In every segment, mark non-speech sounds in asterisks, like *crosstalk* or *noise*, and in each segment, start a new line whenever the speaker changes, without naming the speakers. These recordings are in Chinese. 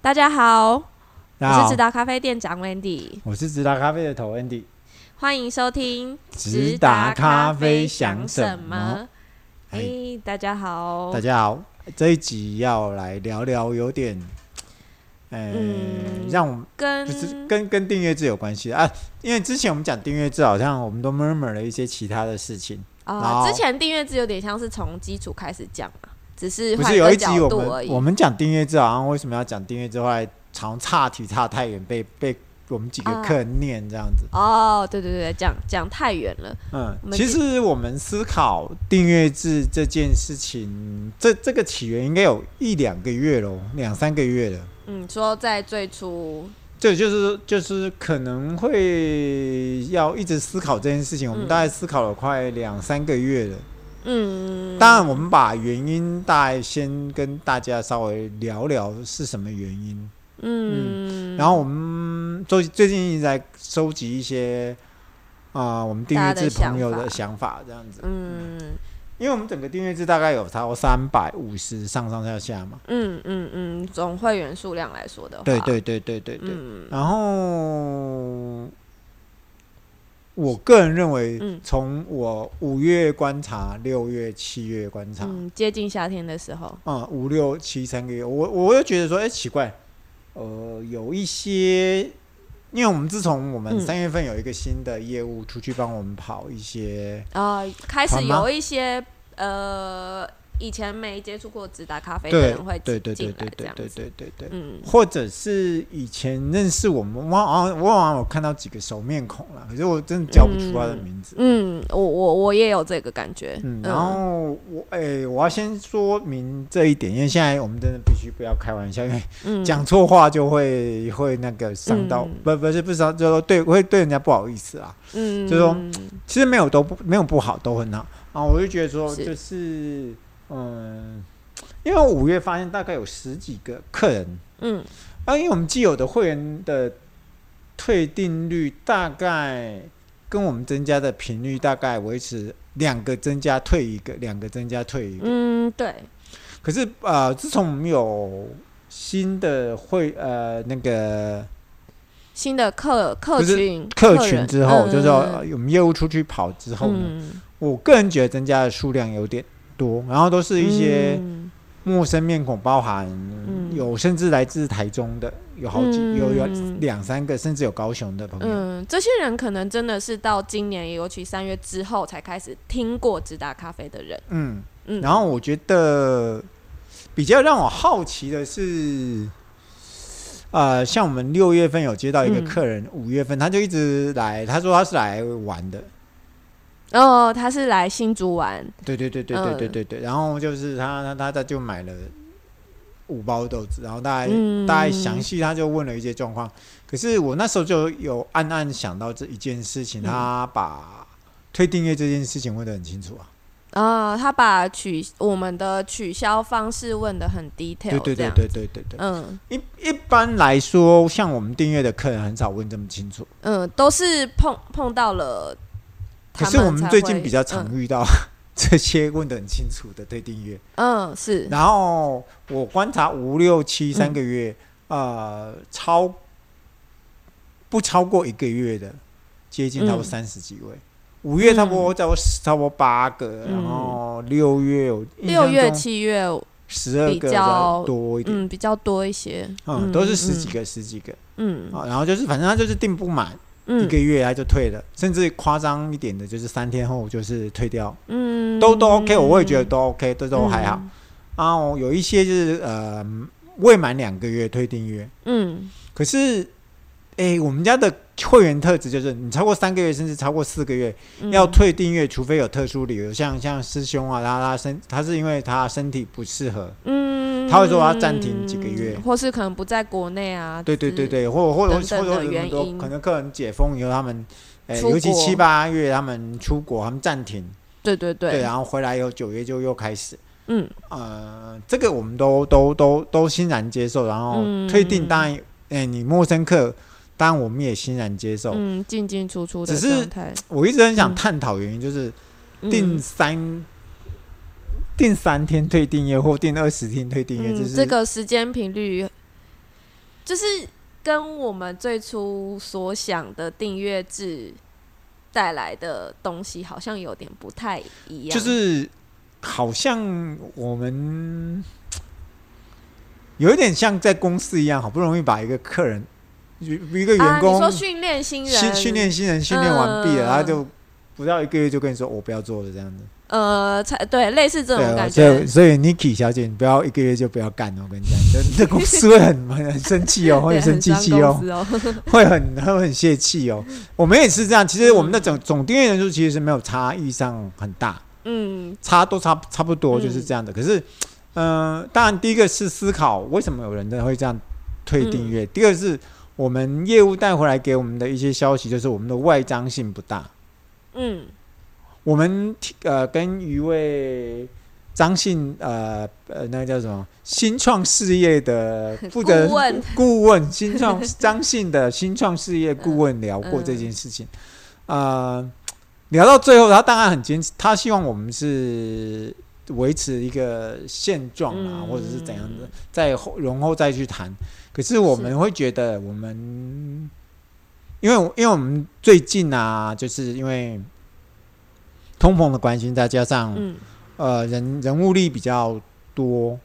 大家好，
大家
我是直
好，
达咖啡店长 Wendy，
我是直达咖啡的头 Andy。
欢迎收听
直达咖啡想什么？
哎、
哎，
大家好
大，家好，这一集要来聊聊有点，呃，
嗯
让我们
跟
就是跟跟订阅制有关系的啊，因为之前我们讲订阅制，好像我们都 murmur 了一些其他的事情，然
啊、
后
之前订阅制有点像是从基础开始讲嘛，只是
不
换
是有
个
一集
角
我
度而
们
已。
我们讲订阅制，好像为什么要讲订阅制，后来常岔题岔太远，被被我们几个
啊
客人念这样子。
哦，对对对，讲讲太远了，
嗯
我，们
其
记
实我们思考订阅制这件事情，这这个起源应该有一两个月喽，两三个月了。
嗯，说在最初，
这就是就是可能会要一直思考这件事情，我们
嗯
大概思考了快两三个月了。
嗯，
当然，我们把原因大概先跟大家稍微聊聊是什么原因，
嗯，
然后我们最最近一直在收集一些啊、我们订阅制朋友
大家的
的想法，这样子。
嗯
因为我们整个订阅制大概有超三百五十上上下下嘛。
嗯嗯嗯，总会员数量来说的话，
对对对对对对。
嗯
然后，我个人认为
嗯，
从我五月观察、六月、七月观察，
嗯，接近夏天的时候，
嗯，五六七三个月，我我又觉得说，哎、奇怪，呃，有一些，因为我们自从我们
嗯
三月份有一个新的业务出去帮我们跑一些，
啊，开始
团吗
有一些呃，以前没接触过直达咖啡的
对
人会
对对对
进
对
来这
对
样
对
子，
对对对。
嗯
或者是以前认识我们，我好像我好像有看到几个熟面孔了，可是我真的叫不出他的名字。
嗯，我我我也有这个感觉，
嗯，然后我哎、我要先说明这一点，因为现在我们真的必须不要开玩笑，因为
嗯
讲错话就会会那个伤到，
嗯
不不是不是伤，就是说对会对人家不好意思啊。
嗯，
就是说其实没有都不没有不好，都很好。然后我就觉得说，
是
就是嗯，因为我五月发现大概有十几个客人
嗯
啊，因为我们既有的会员的退订率大概跟我们增加的频率大概维持两个增加退一个，两个增加退一个。
嗯，对，
可是呃，自从我们有新的会呃那个
新的客客
就是
群
客
人
群之后，
嗯
就是说呃
嗯
我们业务出去跑之后呢，
嗯
我个人觉得增加的数量有点多，然后都是一些
嗯
陌生面孔，包含
嗯
有甚至来自台中的，有好几有有
嗯
两三个，甚至有高雄的朋友。
嗯，这些人可能真的是到今年，尤其三月之后才开始听过直达咖啡的人。
嗯，
嗯，
然后我觉得比较让我好奇的是，呃，像我们六月份有接到一个
嗯
客人，五、月份他就一直来，他说他是来玩的，
哦，他是来新竹玩，
对对对对对对对对，
嗯
然后就是他他他他就买了五包豆子，然后大概、
嗯
大概详细他就问了一些状况，可是我那时候就有暗暗想到这一件事情，
嗯
他把推订阅这件事情问得很清楚啊，
啊、他把取我们的取消方式问的很 detail，
对
这
对对
样
对对对对。
嗯
一一般来说，像我们订阅的客人很少问这么清楚，
嗯，都是碰碰到了他
可
才会。
是我们最近比较常
嗯
遇到、 *laughs* 这些问的很清楚的对订阅。
嗯是
然后我观察五六七三个月，
嗯
呃，超不超过一个月的，接近差不多
嗯
三十几位。五月差不多差不多十差不多八个，
嗯
然后六月我
六月七月
十二
比
个
较
多一点，
嗯比较多一些，
嗯，
嗯
都是十几
嗯
个十几个
嗯
啊。然后就是反正他就是订不满。一个
嗯
月他就退了，甚至夸张一点的，就是三天后就是退掉，
嗯
都都 OK，我也觉得都 OK，都都还好。啊，我有一些就是呃未满两个月退订阅，
嗯
可是诶，我们家的会员特质就是你超过三个月甚至超过四个月、
嗯
要退订阅，除非有特殊理由，像像师兄啊，他他身他是因为他身体不适合，
嗯
他会说要暂停几个月
或是可能不在国内啊，
对对对
是
对，或或或
等等
或
的
者
原
很多
因
可能客人解封以后他们。诶
出
尤其
国
七八月他们出国，他们暂停，
对对对
对，啊然后回来以后九月就又开始，
嗯
呃，这个我们都都都都欣然接受，然后
嗯
退订当然，哎、你陌生客，当然我们也欣然接受。
嗯进进出出的
只是
状态，
我一直很想
嗯
探讨原因，就是
嗯
订三、订三天退订业或订二十天退订业，
嗯
就是
这个时间频率就是跟我们最初所想的订阅制带来的东西好像有点不太一样。
就是好像我们有一点像在公司一样，好不容易把一个客人一个员
啊、你
工
说训练新人，
训训练新人训练完毕了，
嗯
他就不到一个月就跟你说我不要做了这样子。
呃，才对，类似这种
对，啊
感
所以
觉。
所以 Niki 小姐，你不要一个月就不要干哦，我跟你讲，这这公司会很 *laughs* 很生气哦，会
*laughs* 对，
很生
很
气
伤
气哦
公，司哦。 *laughs*
会很会很泄气哦。我们也是这样，其实我们那种总订阅人数其实是没有差异上很大，
嗯，
差都差差不多就是这样的。可是，嗯、当然第一个是思考为什么有人真的会这样退
嗯
订阅，第二是我们业务带回来给我们的一些消息，就是我们的外张性不大。
嗯，
我们提呃跟一位张信呃呃那个叫什么新创事业的负责
顾问
*laughs* 顾问新创张信的新创事业顾问聊过这件事情，
嗯
呃，聊到最后，他当然很坚持，他希望我们是维持一个现状啊，
嗯
或者是怎样的，在后容后再去谈。可是我们会觉得我们，因为因为我们最近啊，就是因为通膨的关系，再加上、
嗯
呃人人物力比较多，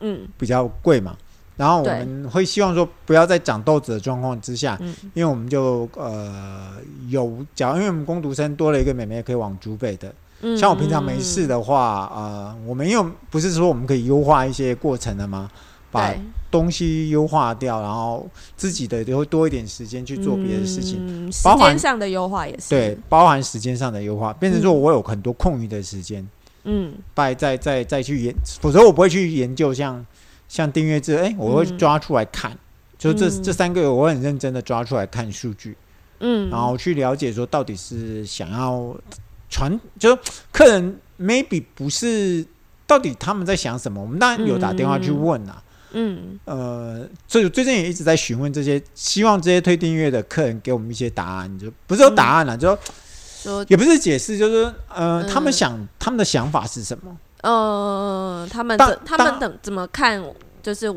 嗯
比较贵嘛。然后我们会希望说，不要在长痘子的状况之下，
嗯
因为我们就呃有，假如因为我们工读生多了一个妹妹可以往竹北的，
嗯，
像我平常没事
的，
的话，呃，我们又不是说我们可以优化一些过程的吗？把
对
东西优化掉，然后自己的就会多一点时间去做别的事情，
嗯、时
包含
间上的优化也是。
对，，包含时间上的优化，变成说
嗯
我有很多空余的时间，
嗯
再再再再去研，否则我不会去研究像像订阅制，哎、我会
嗯
抓出来看，就这、
嗯
这三个我会很认真的抓出来看数据，
嗯，
然后去了解说到底是想要传，就是客人 maybe 不是到底他们在想什么，我们当然有打电话去问啊。
嗯
呃，所以最近也一直在询问这些，希望这些推订阅的客人给我们一些答案，就不是有答案了、就
说
也不是解释，就是呃，他们
嗯
想他们的想法是什么？
呃，他们
当
怎他
当
们怎怎么看？就是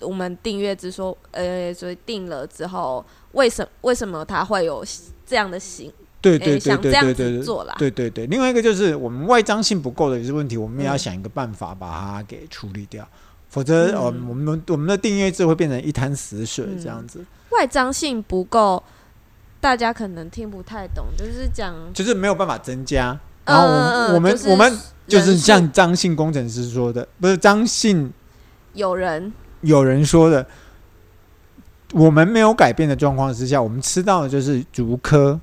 我们订阅制说，呃，所以定了之后，为什为什么他会有这样的行？
对
诶
对对
想这
对
样
对对
子
对
做啦。
对对对，另外一个就是我们外张性不够的也是问题，我们也要想一个办法把它给处理掉，否则
嗯
呃我们我们我们的订阅制会变成一滩死水这样子，
外张性不够，大家可能听不太懂，就是讲，
就是没有办法增加。然后我们、
呃，
我们、
就是
我们就是
人数
像张姓工程师说的，不是张姓
有人，
有人说的，我们没有改变的状况之下，我们吃到的就是竹科。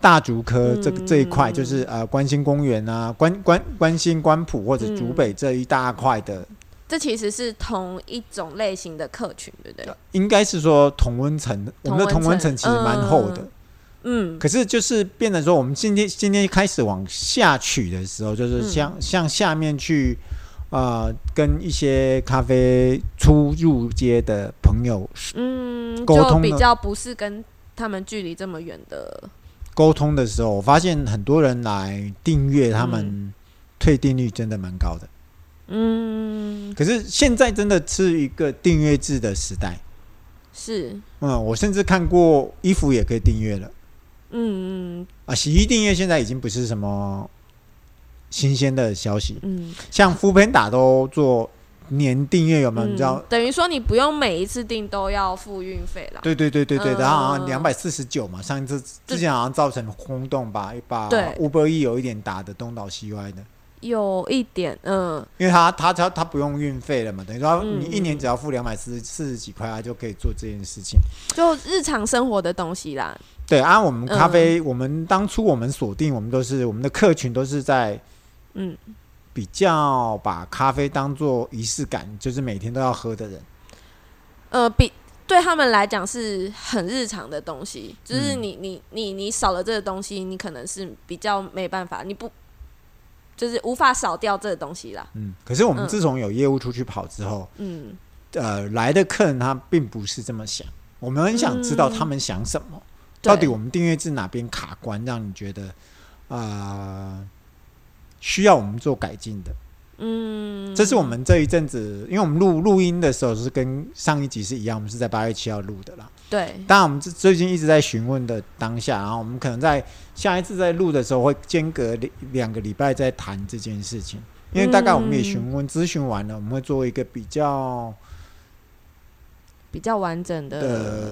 大竹科这个
嗯
这一块就是呃关心公园啊，关关关心关埔或者
嗯
竹北这一大块的
这其实是同一种类型的客群，对不对？
应该是说同温层，我们的同温层其实蛮厚的，
嗯
可是就是变得说，我们今天今天开始往下取的时候，就是
嗯
向、向下面去，呃，跟一些咖啡出入街的朋友
嗯，
沟
就
通
比
的
较不是跟他们距离这么远的，
沟通的时候，我发现很多人来订阅，他们退订率真的蛮高的。
嗯，
可是现在真的是一个订阅制的时代，
是，
嗯，我甚至看过衣服也可以订阅了。
嗯嗯
啊，洗衣订阅现在已经不是什么新鲜的消息，
嗯，
像 f o o Panda 都做年订阅有没有？
嗯
你知道？
等于说你不用每一次订都要付运费啦。
对对对对对，
嗯
然后好像两百四十九嘛，上一次之前好像造成轰动吧，把
对
Uber E 有一点打的东倒西歪的，
有一点，嗯
因为他他他他不用运费了嘛，等于说
嗯
你一年只要付两百四四十几块，他就可以做这件事情。
就日常生活的东西啦。
对，按、我们咖啡，
嗯
我们当初我们锁定，我们都是我们的客群都是在，
嗯，
比较把咖啡当做仪式感，就是每天都要喝的人。
呃，比对他们来讲是很日常的东西，就是
嗯
你、你你你少了这个东西，你可能是比较没办法，你不就是无法少掉这个东西啦。
嗯，可是我们
嗯
自从有业务出去跑之后，
嗯
呃，来的客人他并不是这么想，我们很想知道
嗯
他们想什么，
对
到底我们订阅制哪边卡关，让你觉得啊、呃需要我们做改进的。
嗯，
这是我们这一阵子，因为我们录录音的时候是跟上一集是一样，我们是在八月七号录的啦。
对
当然，我们最最近一直在询问的当下，然后我们可能在下一次在录的时候会间隔两两个礼拜再谈这件事情，因为大概我们
嗯
也询问、咨询完了，我们会做一个比较
比较完整的，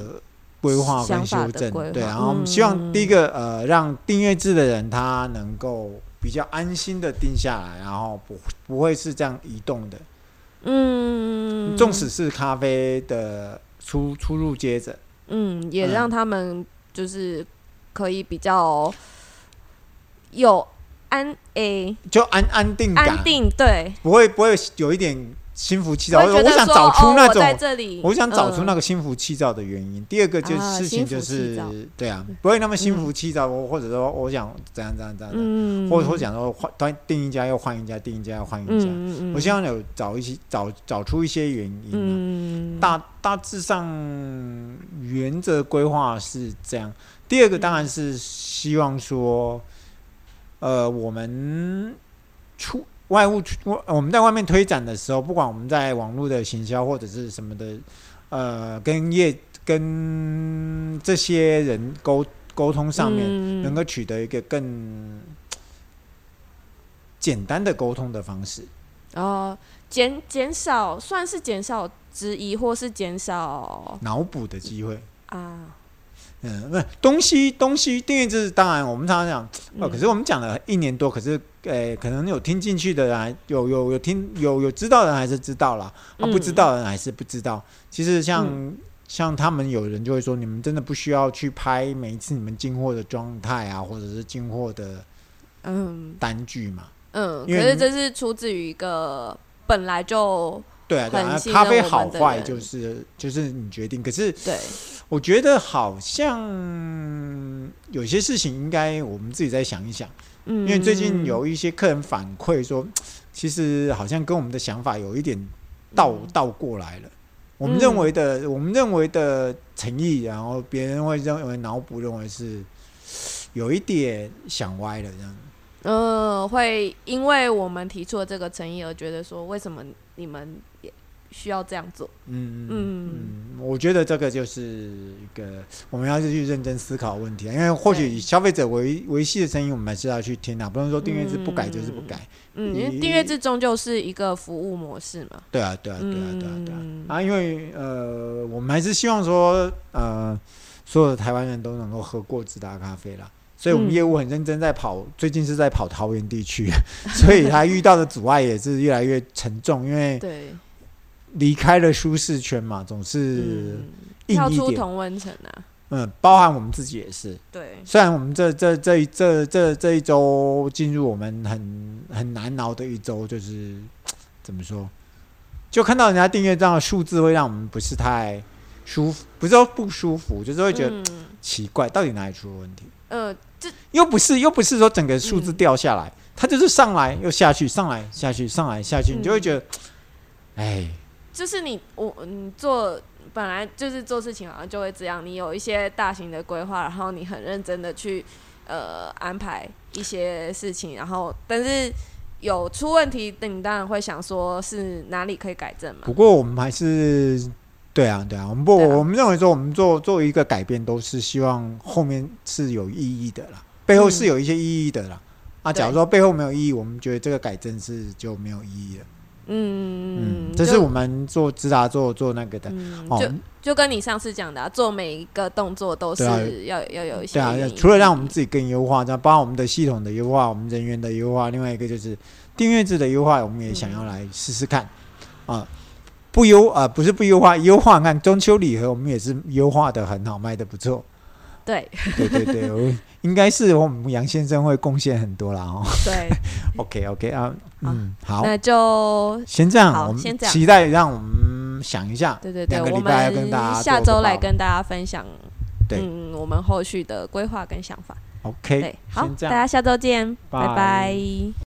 的规划跟
呃想法
修
的
正
规划。
对，然后我们
嗯
希望第一个呃，让订阅制的人他能够比较安心的定下来，然后不不会是这样移动的。
嗯，
纵使是咖啡的出出入接着，
嗯，也
嗯
让他们就是可以比较有安诶、
就安安定感，
安定，对，
不会不会有一点心浮气
我
躁。
会觉
我
得
想
说
找出
哦
那
我
种，
在这里，
我想找出那
嗯
个心浮气躁的原因。第二个就是
啊
事情就
心浮气
是
躁
对啊，不会那么心浮气躁，我或者说我想怎样怎样怎样，
嗯，
或者说想说换换订一家又换一家，订一家又换一家。
嗯嗯嗯，
我希望有找一些找找出一些原因啊、
嗯
大大致上原则规划是这样。第二个当然是希望说，呃，我们出外务出我我们在外面推展的时候，不管我们在网络的行销或者是什么的，呃，跟业跟这些人沟沟通上面，
面
能够取得一个更简单的沟通的方式。
哦减减少算是减少质疑或是减少
脑补的机会，
啊，
嗯，不是东西东西订阅制，当然我们常常讲，哦，
嗯
可是我们讲了一年多，可是，呃，可能有听进去的人还，有有有听有有知道的人还是知道啦，啊，
嗯
不知道的人还是不知道。其实像、像他们有人就会说，你们真的不需要去拍每一次你们进货的状态啊，或者是进货的
嗯
单据嘛。
嗯，
因
可
为
是这是出自于一个本来就
对啊，对
很
啊，
信任
咖啡
我们
好
的
坏
人
就是就是你决定。可是
对
我觉得好像有些事情应该我们自己再想一想。
嗯，
因为最近有一些客人反馈说，其实好像跟我们的想法有一点倒
嗯
倒过来了。我们认为的，我们认为的诚意，然后别人会认为脑补，认为是 *sniffs* 有一点想歪了这样。
呃，会因为我们提出了这个诚意而觉得说，为什么你们也需要这样做？
嗯
嗯
嗯，我觉得这个就是一个我们要去认真思考的问题啊，因为或许以消费者维维系的声音，我们还是要去听啊，不能说订阅制不改就是不改。
嗯，因为
你
订阅制终究是一个服务模式嘛。
对啊，对啊，对啊，对啊，对啊。
嗯
啊，因为呃，我们还是希望说，呃，所有的台湾人都能够喝过直达咖啡啦。所以我们
嗯
业务很认真在跑，最近是在跑桃园地区， *laughs* 所以他遇到的阻碍也是越来越沉重，因为
对，
离开了舒适圈嘛，总是
嗯，
硬
跳
一
出
点。
同温层啊，
嗯，包含我们自己也是。
对，
虽然我们这这这一这这这一周进入我们很很难熬的一周，就是怎么说，就看到人家订阅这样的数字，会让我们不是太舒服，不是说不舒服，就是会觉得
嗯
奇怪，到底哪里出了问题？
呃，
又不是又不是说整个数字
嗯
掉下来，它就是上来又下去，上来下去，上来下去，你
嗯
就会觉得，哎、
就是你我你做本来就是做事情好像就会这样，你有一些大型的规划，然后你很认真的去呃安排一些事情，然后但是有出问题，那你当然会想说是哪里可以改正嘛
不。过我们还是对啊，对啊，我们不，
对啊
我们认为说我们做做一个改变，都是希望后面是有意义的啦，背后是有一些意义的啦。
嗯
啊，
对
假如说背后没有意义，我们觉得这个改正是就没有意义了。
嗯，
这
就是
我们做直达做做那个的。
嗯，
哦
就，就跟你上次讲的、啊，做每一个动作都是
对啊
要要有一些
对啊
原，因
除了让我们自己更优化，这样包括我们的系统的优化，我们人员的优化，另外一个就是订阅制的优化，我们也想要来试试看
嗯
啊。不优啊、不是不优化，优化看中秋礼盒，我们也是优化的很好，卖的不错。 *laughs*
对
对对对，我应该是我们杨先生会贡献很多啦
*laughs*
哦。
对，
OK OK 啊，嗯，好，
那就
先这样，
好
我们
先这样
期待让我们想一下，
对对对，
两个
我
礼拜要跟
们
大家做
下
个报
周来
告
跟大家分享，
对
嗯，我们后续的规划跟想法。
OK，
对，好
先，这
大
样，
家下周见，
拜
拜拜